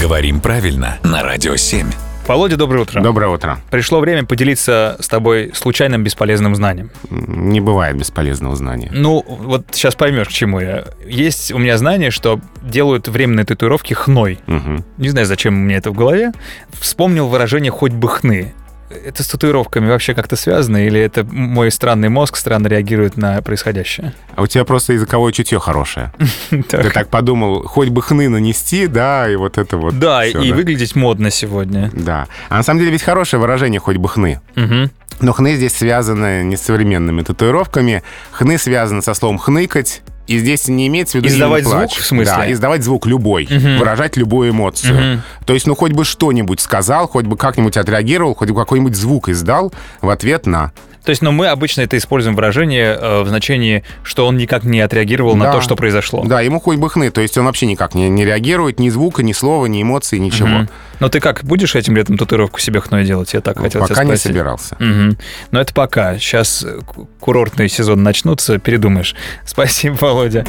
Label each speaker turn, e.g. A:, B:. A: Говорим правильно на Радио 7.
B: Володя, доброе утро.
C: Доброе утро.
B: Пришло время поделиться с тобой случайным бесполезным знанием.
C: Не бывает бесполезного знания.
B: Ну, вот сейчас поймешь, к чему я. Есть у меня знание, что делают временные татуировки хной.
C: Мгм.
B: Не знаю, зачем мне это в голове. Вспомнил выражение «хоть бы хны». Это с татуировками вообще как-то связано? Или это мой странный мозг странно реагирует на происходящее?
C: А у тебя просто языковое чутье хорошее. Ты так подумал, хоть бы хны нанести, да, и вот это вот.
B: Да,
C: всё,
B: и
C: да.
B: выглядеть модно сегодня.
C: Да. А на самом деле ведь хорошее выражение «хоть бы хны».
B: Мгм.
C: Но хны здесь связаны не с современными татуировками. Хны связаны со словом «хныкать». И здесь не имеется в виду
B: Издавать
C: именно плач.
B: звук, в смысле?
C: Да, издавать звук любой,
B: Мгм.
C: выражать любую эмоцию.
B: Мгм.
C: То есть, ну, хоть бы что-нибудь сказал, хоть бы как-нибудь отреагировал, хоть бы какой-нибудь звук издал в ответ на.
B: То есть, но мы обычно это используем выражение э, в значении, что он никак не отреагировал на
C: Да.
B: то, что произошло.
C: Да, ему хоть бы хны, то есть он вообще никак не, не реагирует, ни звука, ни слова, ни эмоций, ничего.
B: Мгм. Но ты как, будешь этим летом татуировку себе хной делать? Я так хотел тебя
C: Ну, Пока не
B: спросить.
C: собирался.
B: Мгм. Но это э, пока. Сейчас курортный сезон начнутся, передумаешь. Спасибо, Володя.